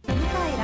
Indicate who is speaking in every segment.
Speaker 1: 蘭の調和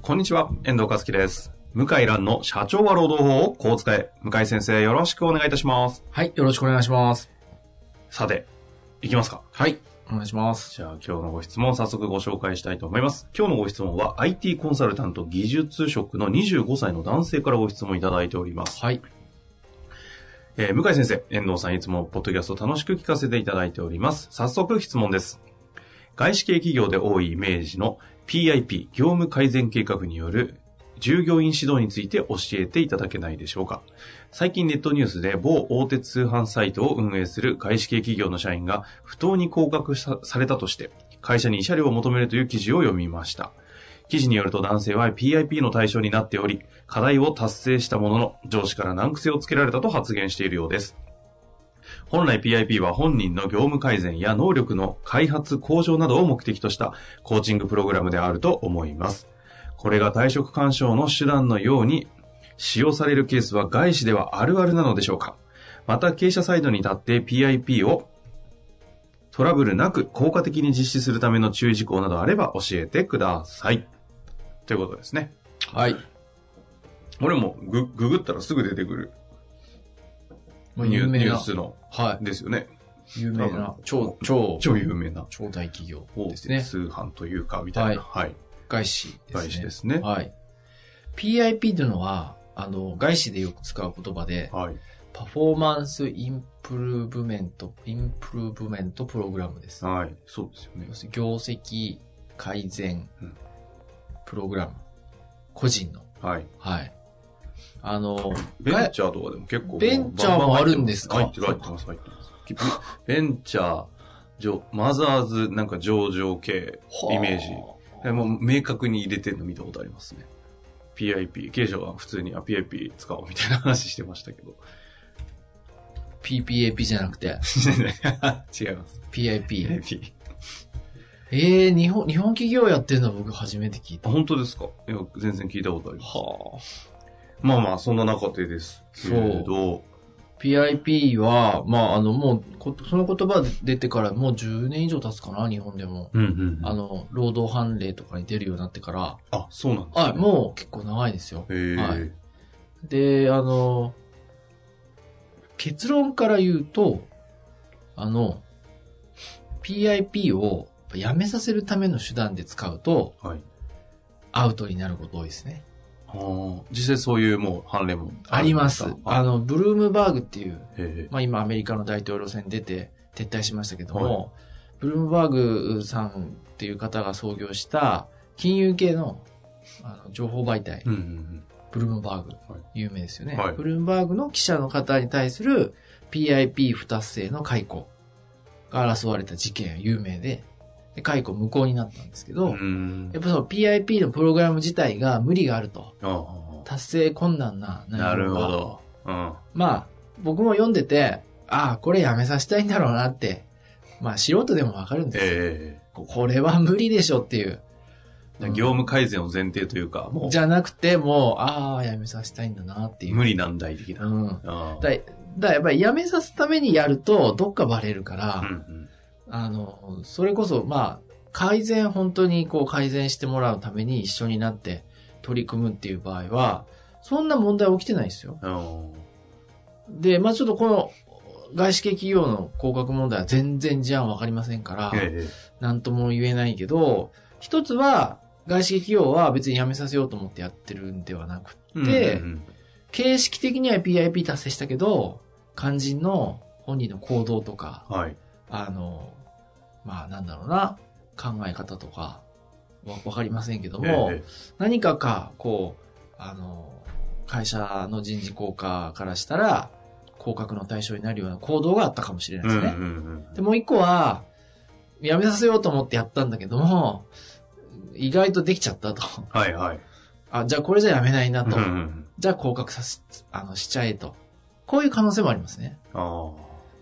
Speaker 2: こんにちは、遠藤和樹です。向井蘭の社長は労働法をこう使え。向井先生、よろしくお願いいたします。
Speaker 3: はい、よろしくお願いします。
Speaker 2: さて、いきますか。
Speaker 3: はい、お願いします。
Speaker 2: じゃあ今日のご質問早速ご紹介したいと思います。今日のご質問は IT コンサルタント技術職の25歳の男性からご質問いただいております。
Speaker 3: はい、
Speaker 2: えー向井先生、遠藤さんいつもポッドキャスト楽しく聞かせていただいております。早速質問です。外資系企業で多いイメージの PIP 業務改善計画による従業員指導について教えていただけないでしょうか最近ネットニュースで某大手通販サイトを運営する外資系企業の社員が不当に降格さされたとして会社に慰謝料を求めるという記事を読みました。記事によると男性は PIP の対象になっており、課題を達成したものの上司から難癖をつけられたと発言しているようです。本来 PIP は本人の業務改善や能力の開発向上などを目的としたコーチングプログラムであると思います。これが退職干渉の手段のように使用されるケースは外資ではあるあるなのでしょうかまた経営者サイドに立って PIP をトラブルなく効果的に実施するための注意事項などあれば教えてください。ということですね。
Speaker 3: はい。
Speaker 2: 俺もグググったらすぐ出てくる
Speaker 3: も
Speaker 2: ニュニュー
Speaker 3: な。
Speaker 2: スの、
Speaker 3: は
Speaker 2: ですよね。
Speaker 3: い。有
Speaker 2: 多
Speaker 3: 名な
Speaker 2: 分。
Speaker 3: 超、超、
Speaker 2: 超有名な
Speaker 3: 超大企業
Speaker 2: 大
Speaker 3: ですね
Speaker 2: 手。通販というか、みたいな。はい。
Speaker 3: 外資ですね。
Speaker 2: 外資ですね。
Speaker 3: はい。PIP というのは、あの、外資でよく使う言葉で、
Speaker 2: はい。
Speaker 3: パフォーマンスインプルーブメント、インプルーブメントプログラムです。
Speaker 2: はい。そうですよね
Speaker 3: 要。するに業績改善
Speaker 2: うん
Speaker 3: プログラム。個人の。
Speaker 2: はい。
Speaker 3: はい。あの、
Speaker 2: ベンチャーとかでも結構。
Speaker 3: ベンチャーもあるんですか
Speaker 2: 入ってる、入ってます、入ってます。ベンチャー、ジョマザーズ、なんか上場系、イメージ。えもう明確に入れてるの見たことありますね。PIP、経営者が普通にあ PIP 使おうみたいな話してましたけど。
Speaker 3: PPAP じゃなくて、
Speaker 2: 違います。
Speaker 3: PIP。
Speaker 2: PIP。
Speaker 3: ええ日本、日本企業やってるの僕初めて聞い
Speaker 2: あ
Speaker 3: た。
Speaker 2: 本当ですかいや、全然聞いたことあります。
Speaker 3: は
Speaker 2: まあまあ、そんな中でですけれど、
Speaker 3: あ。PIP は、まあ、あの、もう、こその言葉出てからもう10年以上経つかな、日本でも。
Speaker 2: うんうんうん
Speaker 3: あの、労働判例とかに出るようになってから、
Speaker 2: あ、そうなんです
Speaker 3: は
Speaker 2: ね
Speaker 3: い、もう結構長いですよ。
Speaker 2: へえ、
Speaker 3: はいで、あの、結論から言うと、あの、PIP をやめさせるための手段で使うと、
Speaker 2: はい。
Speaker 3: アウトになること多いですね。
Speaker 2: あー実際そういうもう判例も
Speaker 3: あります。あ
Speaker 2: あ
Speaker 3: の、ブルームバーグっていう、
Speaker 2: へえ。
Speaker 3: まあ今アメリカの大統領選出て撤退しましたけども、ブルームバーグさんっていう方が創業した金融系のあの情報媒体、
Speaker 2: うんうん
Speaker 3: ブルームバーグ、
Speaker 2: はい
Speaker 3: 有名ですよね、
Speaker 2: はい
Speaker 3: ブルームバーグの記者の方に対する PIP 不達成の解雇が争われた事件有名で、で解雇無効になったんですけ
Speaker 2: う
Speaker 3: ど、
Speaker 2: ん。うん
Speaker 3: やっぱその PIP のプログラム自体が無理があると、
Speaker 2: あ
Speaker 3: 達成困難な
Speaker 2: あ。な
Speaker 3: 内
Speaker 2: る
Speaker 3: 容
Speaker 2: ほ
Speaker 3: が
Speaker 2: ど。うん。
Speaker 3: まあ、僕も読んでて、ああ、これやめさせたいんだろうなって、まあ素人でもわかるんですよ、
Speaker 2: え
Speaker 3: ここれは無理でしょっていう。
Speaker 2: え業務改善を前提というか、もう
Speaker 3: じゃなくて、もう、ああ、やめさせたいんだなっていう。
Speaker 2: 無理難題的な。
Speaker 3: うん。
Speaker 2: あ
Speaker 3: だだからやっぱりやめさすためにやると、どっかバレるか
Speaker 2: あ。うん
Speaker 3: ら、
Speaker 2: うん
Speaker 3: あの、それこそ、まあ、改善、本当にこう改善してもらうために一緒になって取り組むっていう場合は、そんな問題起きてないですよ。
Speaker 2: あー。
Speaker 3: で、まあちょっとこの、外資系企業の降格問題は全然事案わかりませんから、
Speaker 2: ええ。
Speaker 3: なんとも言えないけど、一つは、外資系企業は別に辞めさせようと思ってやってるんではなくてで
Speaker 2: うんうん
Speaker 3: 形式的には PIP 達成したけど、肝心の本人の行動とか、
Speaker 2: うんはい。
Speaker 3: あの、まあなんだろうな、考え方とか、わわかりませんけども、
Speaker 2: え
Speaker 3: 何かか、こう、あの、会社の人事効果からしたら、降格の対象になるような行動があったかもしれ
Speaker 2: え
Speaker 3: ないです
Speaker 2: うん
Speaker 3: ね。
Speaker 2: うんうん
Speaker 3: で、もう一個は、やめさせようと思ってやったんだけども、意外とできちゃったと。
Speaker 2: はいはい。
Speaker 3: あ、じゃあこれじゃやめないな
Speaker 2: うん
Speaker 3: と。
Speaker 2: うん。
Speaker 3: じゃあ降格させ、あの、しちゃえと。こういう可能性もありますね。
Speaker 2: あ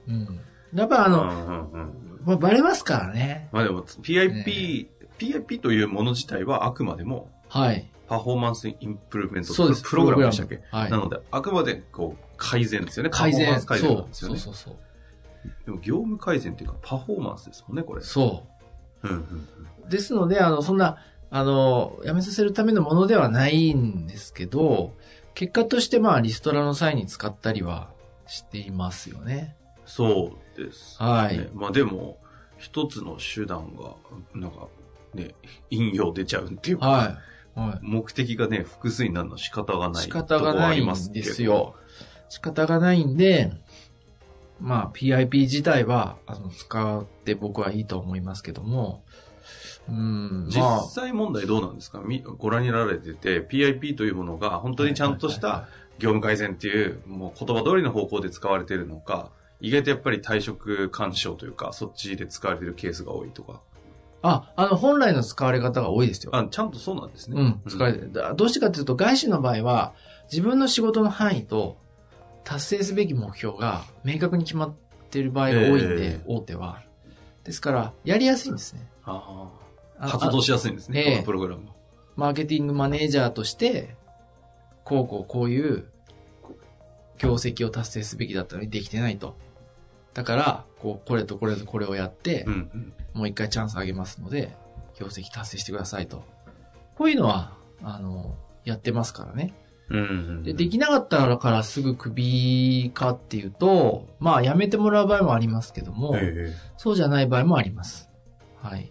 Speaker 3: うん。やっぱあ
Speaker 2: あ。う
Speaker 3: の、
Speaker 2: んうんうん。
Speaker 3: まあ、バレますからね。
Speaker 2: まあでも PIP、PIP というもの自体はあくまでも
Speaker 3: はい。
Speaker 2: パフォーマンスインプルーメント
Speaker 3: そうです。
Speaker 2: プログラムでしたっけ
Speaker 3: プログラムはい。
Speaker 2: なので、あくまでこう改善ですよね。
Speaker 3: 改
Speaker 2: パフォーマ
Speaker 3: 善。
Speaker 2: ンス
Speaker 3: そ
Speaker 2: 改善なん
Speaker 3: う。
Speaker 2: ですよ
Speaker 3: そう
Speaker 2: ね。
Speaker 3: そうそう。
Speaker 2: でも業務改善っていうかパフォーマンスですもんね、これ。
Speaker 3: そ
Speaker 2: うんうん
Speaker 3: う。ですので、あの、そんな、あの、辞めさせるためのものではないんですけど、結果としてまあ、リストラの際に使ったりはしていますよね。
Speaker 2: そうです、
Speaker 3: はい
Speaker 2: ねまあでも、一つの手段が、なんかね、引用出ちゃうっていうか、
Speaker 3: はい。はい。
Speaker 2: 目的がね、複数になるのは仕方がない。
Speaker 3: 仕方がないんですよ。仕方がないんで、まあ PIP 自体はあの使って僕はいいと思いますけども、うん、
Speaker 2: 実
Speaker 3: まあ。
Speaker 2: 際問題どうなんですかみご覧になられてて、PIP というものが本当にちゃんとし
Speaker 3: はいは
Speaker 2: た業務改善っていう、もう言葉通りの方向で使われてるのか、意外とやっぱり退職干渉というか、そっちで使われてるケースが多いとか。
Speaker 3: いはい。あ、あの本来の使われ方が多いですよ。
Speaker 2: あ、ちゃんとそうなんですね。
Speaker 3: うん、使われてるだどうしてかというと、外資の場合は、自分の仕事の範囲と達成すべき目標が明確に決まっている場合が多いんで、
Speaker 2: ええ
Speaker 3: 大手は。ですから、やりやすいんですね。
Speaker 2: あ
Speaker 3: あ
Speaker 2: あ。発動しやすいんですね、
Speaker 3: ええ
Speaker 2: このプログラムは。
Speaker 3: マーケティングマネージャーとして、こうこうこういう業績を達成すべきだったのにできてないと。だから、こう、これとこれとこれをやって
Speaker 2: う、んうん。
Speaker 3: もう一回チャンスあげますので、業績達成してくださいと。こういうのは、あの、やってますからね。
Speaker 2: うんうん
Speaker 3: で、できなかったからすぐクビかっていうと、まあ、やめてもらう場合もありますけども、
Speaker 2: ええ
Speaker 3: そうじゃない場合もあります。はい。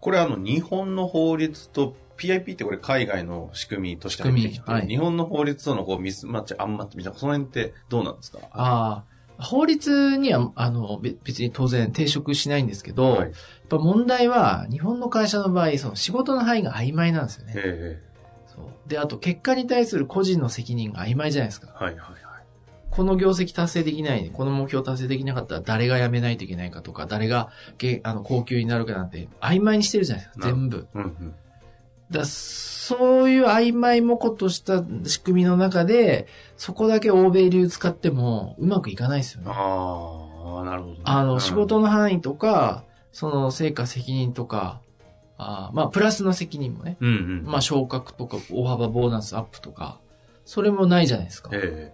Speaker 2: これあの、日本の法律と PIP ってこれ海外の仕組みとして入ってき
Speaker 3: 仕
Speaker 2: て、
Speaker 3: 組みはい
Speaker 2: 日本の法律とのこうミスマッチ、アンマッチみたいな、その辺ってどうなんですか
Speaker 3: ああ、法律には、あの、べ別に当然抵触しないんですけど、
Speaker 2: はい
Speaker 3: やっぱ問題は、日本の会社の場合、その仕事の範囲が曖昧なんですよね。
Speaker 2: え
Speaker 3: そうで、あと、結果に対する個人の責任が曖昧じゃないです
Speaker 2: え
Speaker 3: か。
Speaker 2: はいはいはい。
Speaker 3: この業績達成できない、この目標達成できなかったら誰が辞めないといけないかとか、誰が、げあの、高級になるかなんて、曖昧にしてるじゃないですか、
Speaker 2: なる
Speaker 3: 全部。
Speaker 2: うんうん。
Speaker 3: だそういう曖昧もことした仕組みの中で、そこだけ欧米流使っても、うまくいかないですよね。
Speaker 2: ああ、なるほどね、
Speaker 3: あ
Speaker 2: う
Speaker 3: の、
Speaker 2: ん
Speaker 3: 仕。事の範囲とか、その成果責任とか、あーまあ、プラスの責任もね。
Speaker 2: うんうん。
Speaker 3: まあ、昇格とか、大幅ボーナスアップとか、それもないじゃないですか。
Speaker 2: え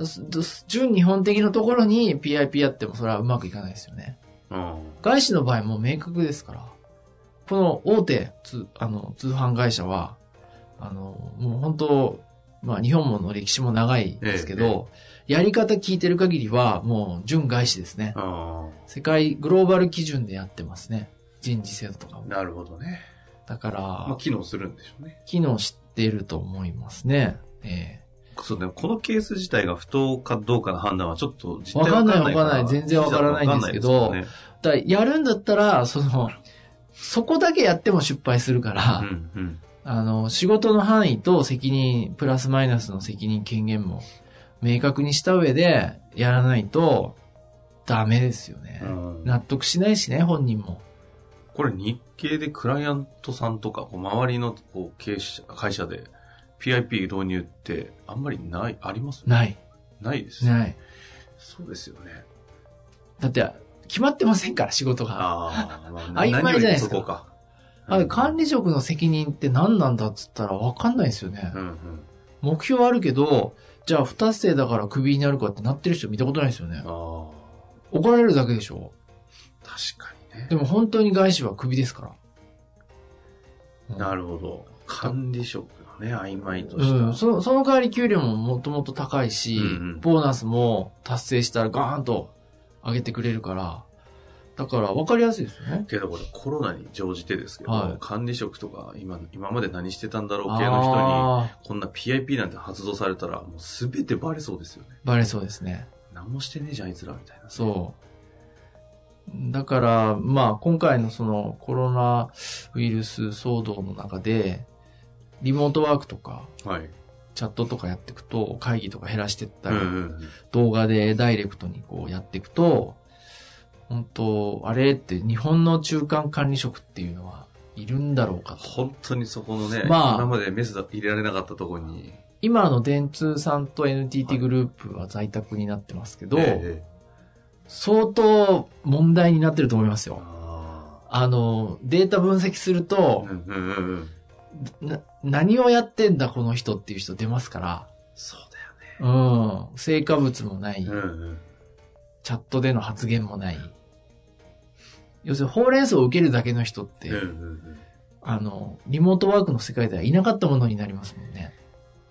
Speaker 3: すす純日本的なところに PIP やってもそれはうまくいかないですよね。
Speaker 2: えうん。
Speaker 3: 外資の場合も明確ですから、この大手通あの通販会社は、あの、もう本当、まあ日本もの歴史も長いですけど、やり方聞いてる限りはもう純外資ですね。
Speaker 2: あ
Speaker 3: 世界グローバル基準でやってますね。人事制度とか
Speaker 2: あ、
Speaker 3: も。
Speaker 2: なるほどね。
Speaker 3: だか
Speaker 2: まあ、
Speaker 3: ら、
Speaker 2: 機能するんでしょうね。
Speaker 3: 機能知ってると思いますね。え
Speaker 2: そうね。このケース自体が不当かどうかの判断はちょっと実
Speaker 3: え
Speaker 2: 態
Speaker 3: わかんないわ
Speaker 2: ら
Speaker 3: かんない。全然わからないんですけ
Speaker 2: 実
Speaker 3: ど、
Speaker 2: 態はわかんないで
Speaker 3: だからやるんだったら、その、そこだけやっても失敗するから、
Speaker 2: すからねうんうん。
Speaker 3: あの、仕事の範囲と責任、プラスマイナスの責任権限も明確にした上でやらないとダメですよね。
Speaker 2: うん
Speaker 3: 納得しないしね、本人も。
Speaker 2: これ日系でクライアントさんとか、こう周りのこう経営者会社で PIP 導入ってあんまりない、あります
Speaker 3: ない。
Speaker 2: ないです。
Speaker 3: ない。
Speaker 2: そうですよね。
Speaker 3: だって、決まってませんから、仕事が。
Speaker 2: ああ、まあ
Speaker 3: 曖昧じゃないですか
Speaker 2: 何よりそこか。
Speaker 3: あれ管理職の責任って何なんだっつったら分かんないですよね
Speaker 2: う。んうん。
Speaker 3: 目標はあるけど、じゃあ不達成だからクビになるかってなってる人見たことないですよね
Speaker 2: あ。あ、
Speaker 3: 怒られるだけでしょ
Speaker 2: 確かにね。
Speaker 3: でも本当に外資はクビですから。
Speaker 2: な
Speaker 3: る
Speaker 2: るほど。管理職がね、曖昧とした。
Speaker 3: うん、そのその代わり給料ももともと高いし、
Speaker 2: うんうん
Speaker 3: ボーナスも達成したらガーンと上げてくれるから、だから分かりやすいですよね。
Speaker 2: けどこれコロナに乗じてですけど、
Speaker 3: はい
Speaker 2: 管理職とか今、今まで何してたんだろう系の人に、
Speaker 3: あ
Speaker 2: こんな PIP なんて発動されたら、もう全てバレそうですよね。
Speaker 3: ーバレそうですね。
Speaker 2: 何もしてねえじゃん、あいつら、みたいな。
Speaker 3: そう。だから、まあ、今回のそのコロナウイルス騒動の中で、リモートワークとか、
Speaker 2: はい。
Speaker 3: チャットとかやっていくと、会議とか減らしていった
Speaker 2: うん
Speaker 3: り、
Speaker 2: うんうん。
Speaker 3: 動画でダイレクトにこうやっていくと、う本当、あれって日本の中間管理職っていうのはいるんだろうかと。
Speaker 2: 本当にそこのね、
Speaker 3: まあ
Speaker 2: 今までメスだ入れられなかったところに。
Speaker 3: 今の電通さんと NTT グループは在宅になってますけど、
Speaker 2: ええ
Speaker 3: 相当問題になってると思いますよ。
Speaker 2: あ
Speaker 3: あの、データ分析する
Speaker 2: あう
Speaker 3: と、
Speaker 2: んうんうんうん。
Speaker 3: な何をやってんだこの人っていう人出ますか
Speaker 2: そう
Speaker 3: ら、うん、成果物もない、
Speaker 2: だよね。うんうん。
Speaker 3: チャットでの発言もない。要するに、ほうれん草を受けるだけの人って、
Speaker 2: うんうんうん
Speaker 3: あの、リモートワークの世界ではいなかったものになりますもんね。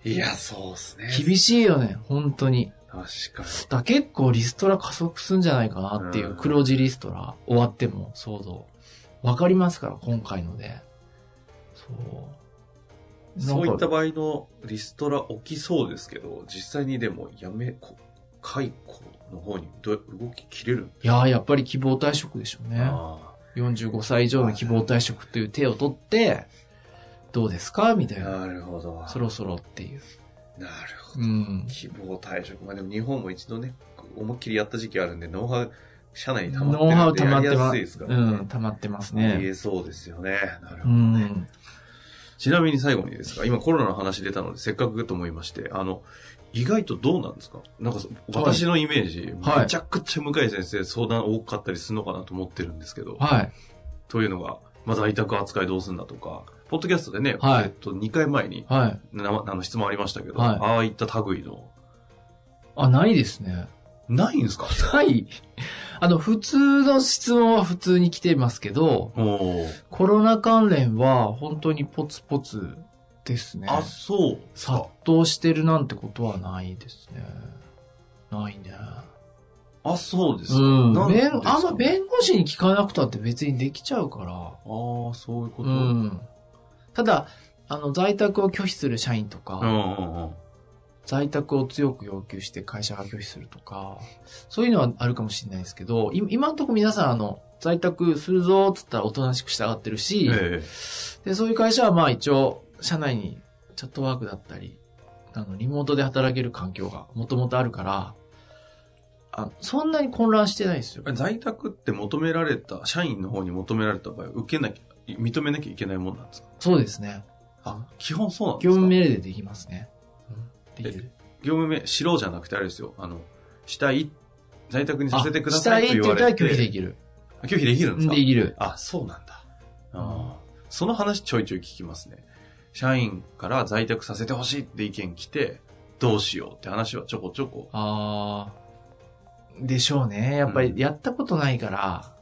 Speaker 2: いや、そうっすね。
Speaker 3: 厳しいよね、本当に。
Speaker 2: 確かに。
Speaker 3: だ結構リストラ加速すんじゃないかなっていううん黒字リストラ終わっても騒動。わかりますから、今回ので。そう。
Speaker 2: そういった
Speaker 3: 場
Speaker 2: 場合のリストラ起きそうですけど、実際にでもやめ、こ解雇の方にどう動き切れるん
Speaker 3: いやーやっぱり希望退職でしょうね。
Speaker 2: あ
Speaker 3: 45歳以上の希望退職という手を取って、どうですかみた
Speaker 2: あ
Speaker 3: いな。
Speaker 2: なるほど。
Speaker 3: そろそろっていう。
Speaker 2: なるほ
Speaker 3: う
Speaker 2: ど。
Speaker 3: ん。
Speaker 2: 希望退職。まあでも日本も一度ね、思いっきりやった時期あるんで、ノウハウ、社内に溜まってるん
Speaker 3: ノウ
Speaker 2: で
Speaker 3: ハウ溜まって
Speaker 2: やりや
Speaker 3: ますす。
Speaker 2: いですか
Speaker 3: う
Speaker 2: らね。
Speaker 3: ん、溜まってます
Speaker 2: 言
Speaker 3: ね。
Speaker 2: えそうですよね。なる
Speaker 3: う
Speaker 2: ほどね。
Speaker 3: ん。
Speaker 2: ちなみに最後にですが、今コロナの話出たので、せっかくと思いまして、あの、意外とどうなんですかなんかそ、私のイメージ、
Speaker 3: はい
Speaker 2: めちゃくちゃ向井先生相談多かったりするのかなと思ってるんですけど、
Speaker 3: はい。
Speaker 2: というのが、まあ、在宅扱いどうすんだとか、ポッドキャストでね、
Speaker 3: はい
Speaker 2: えっと、2回前に、
Speaker 3: はい。
Speaker 2: なあの質問ありましたけど、
Speaker 3: はい
Speaker 2: ああいった類の、
Speaker 3: あ、ないですね。
Speaker 2: ないんですか
Speaker 3: はい。 あの、普通の質問は普通に来てますけど、
Speaker 2: おー
Speaker 3: コロナ関連は本当にポツポツですね。
Speaker 2: あ、そうです
Speaker 3: 殺
Speaker 2: か。
Speaker 3: 到してるなんてことはないですね。ないね。
Speaker 2: あ、そうです
Speaker 3: う
Speaker 2: か。
Speaker 3: ん。
Speaker 2: なんでです
Speaker 3: 弁
Speaker 2: か
Speaker 3: あんま弁護士に聞かなくたって別にできちゃうから。
Speaker 2: ああ、そういうこと。
Speaker 3: う。ん。ただ、あの、在宅を拒否する社員とか、
Speaker 2: うんうんうん。
Speaker 3: 在宅を強く要求して会社が拒否するとか、そういうのはあるかもしれないですけど、い今のところ皆さん、あの、在宅するぞーっつったらおとなしく従ってるし、
Speaker 2: ええ
Speaker 3: で、そういう会社はまあ一応、社内にチャットワークだったり、あの、リモートで働ける環境がもともとあるから、あそんなに混乱してないですよ。
Speaker 2: 在宅って求められた、社員の方に求められた場合、受けなきゃ、認めなきゃいけないもんなんですか
Speaker 3: そうですね。
Speaker 2: あ、基本そうなんです
Speaker 3: 業
Speaker 2: か
Speaker 3: 務命令でできますね。うん、できる。
Speaker 2: 業務名、しろじゃなくてあれですよ。あの、したい、在宅にさせてくだ
Speaker 3: あし
Speaker 2: さ
Speaker 3: た
Speaker 2: い
Speaker 3: い
Speaker 2: と
Speaker 3: って
Speaker 2: 言
Speaker 3: 言
Speaker 2: わ
Speaker 3: ったら
Speaker 2: れ
Speaker 3: 拒否で
Speaker 2: て。
Speaker 3: きる。
Speaker 2: あ拒否できるんですか
Speaker 3: できる。
Speaker 2: あ、そうなんだ。あーその話ちょいちょい聞きますね。社員から在宅させてほしいって意見来て、どうしようって話はちょこちょこ。
Speaker 3: あーでしょうね。やっぱり
Speaker 2: うん
Speaker 3: やったことないから、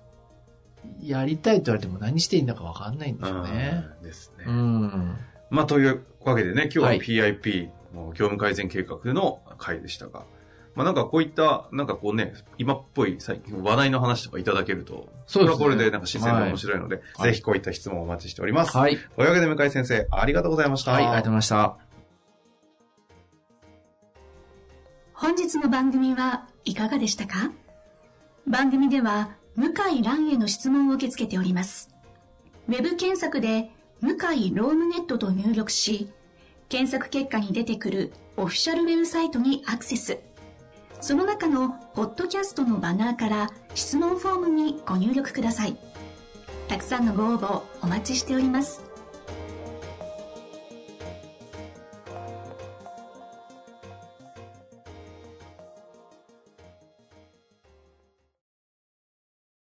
Speaker 3: やりたいと言われても何していいんだかわかんないんでしょうね。
Speaker 2: うんですね。
Speaker 3: うん。
Speaker 2: まあ、というわけでね、今日は
Speaker 3: はい
Speaker 2: PIP、もう業務改善計画の回でしたが、まあなんかこういった、なんかこうね、今っぽい最近話題の話とかいただけると、
Speaker 3: そうで
Speaker 2: これ
Speaker 3: すね
Speaker 2: はこれでなんか自然で面白いので、
Speaker 3: はい
Speaker 2: ぜひこういった質問をお待ちしております。
Speaker 3: はい。
Speaker 2: というわけで向井先生、ありがとうございました。
Speaker 3: はい、ありがとうございました。
Speaker 1: 本日の番組はいかがでしたか番組では向井蘭への質問を受け付けております。ウェブ検索で向井ロームネットと入力し、検索結果に出てくるオフィシャルウェブサイトにアクセス。その中のポッドキャストのバナーから質問フォームにご入力ください。たくさんのご応募お待ちしております。